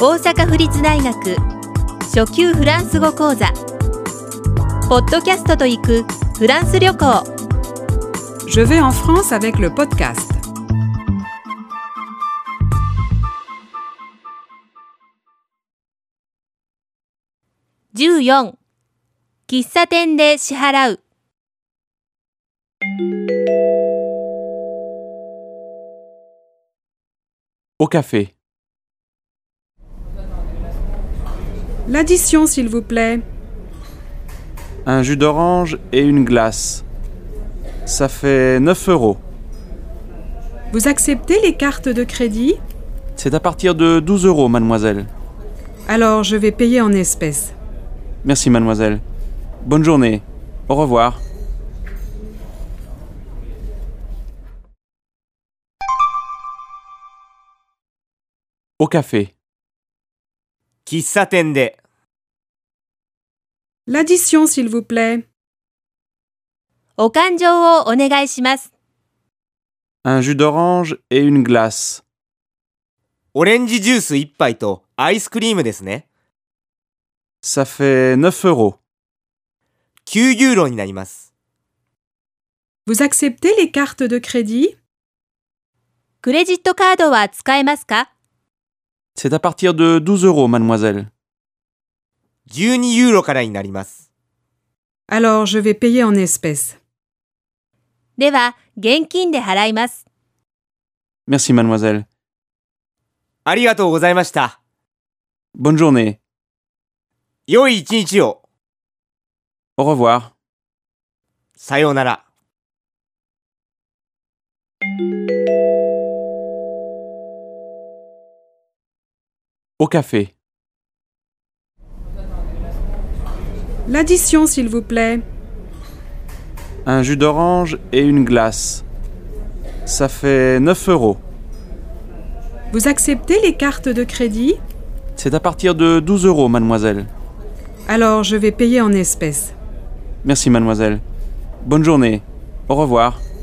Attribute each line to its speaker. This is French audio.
Speaker 1: 大阪府立大学初級フランス語講座ポッドキャストと行くフランス旅行
Speaker 2: Je vais en France avec le podcast.
Speaker 1: 14喫茶店で支払う
Speaker 3: Au café.
Speaker 2: L'addition, s'il vous plaît.
Speaker 3: Un jus d'orange et une glace. Ça fait 9 euros.
Speaker 2: Vous acceptez les cartes de crédit
Speaker 3: C'est à partir de 12 euros, mademoiselle.
Speaker 2: Alors je vais payer en espèces.
Speaker 3: Merci, mademoiselle. Bonne journée. Au revoir. Au café.
Speaker 4: 喫茶店で
Speaker 2: L'addition, s'il vous plaît.
Speaker 1: お勘定をお願いします
Speaker 3: Un jus d'orange et une glace.
Speaker 4: オレンジジュース1杯とアイスクリームですね。
Speaker 3: Ça fait 9 euros.
Speaker 4: 9ユーロになります。
Speaker 2: Vous acceptez les cartes de crédit
Speaker 1: クレジットカードは使えますか
Speaker 3: C'est à partir de 12 euros, mademoiselle.
Speaker 4: 12ユーロからになります。
Speaker 2: Alors je vais payer en espèces.
Speaker 1: では現金で払います
Speaker 3: Merci, mademoiselle.
Speaker 4: ありがとうございました。
Speaker 3: Bonne journée.
Speaker 4: 良い一日を。
Speaker 3: Au revoir.
Speaker 4: さようなら。
Speaker 3: Au café.
Speaker 2: L'addition, s'il vous plaît.
Speaker 3: Un jus d'orange et une glace. Ça fait 9 euros.
Speaker 2: Vous acceptez les cartes de crédit
Speaker 3: C'est à partir de 12 euros, mademoiselle.
Speaker 2: Alors je vais payer en espèces.
Speaker 3: Merci, mademoiselle. Bonne journée. Au revoir.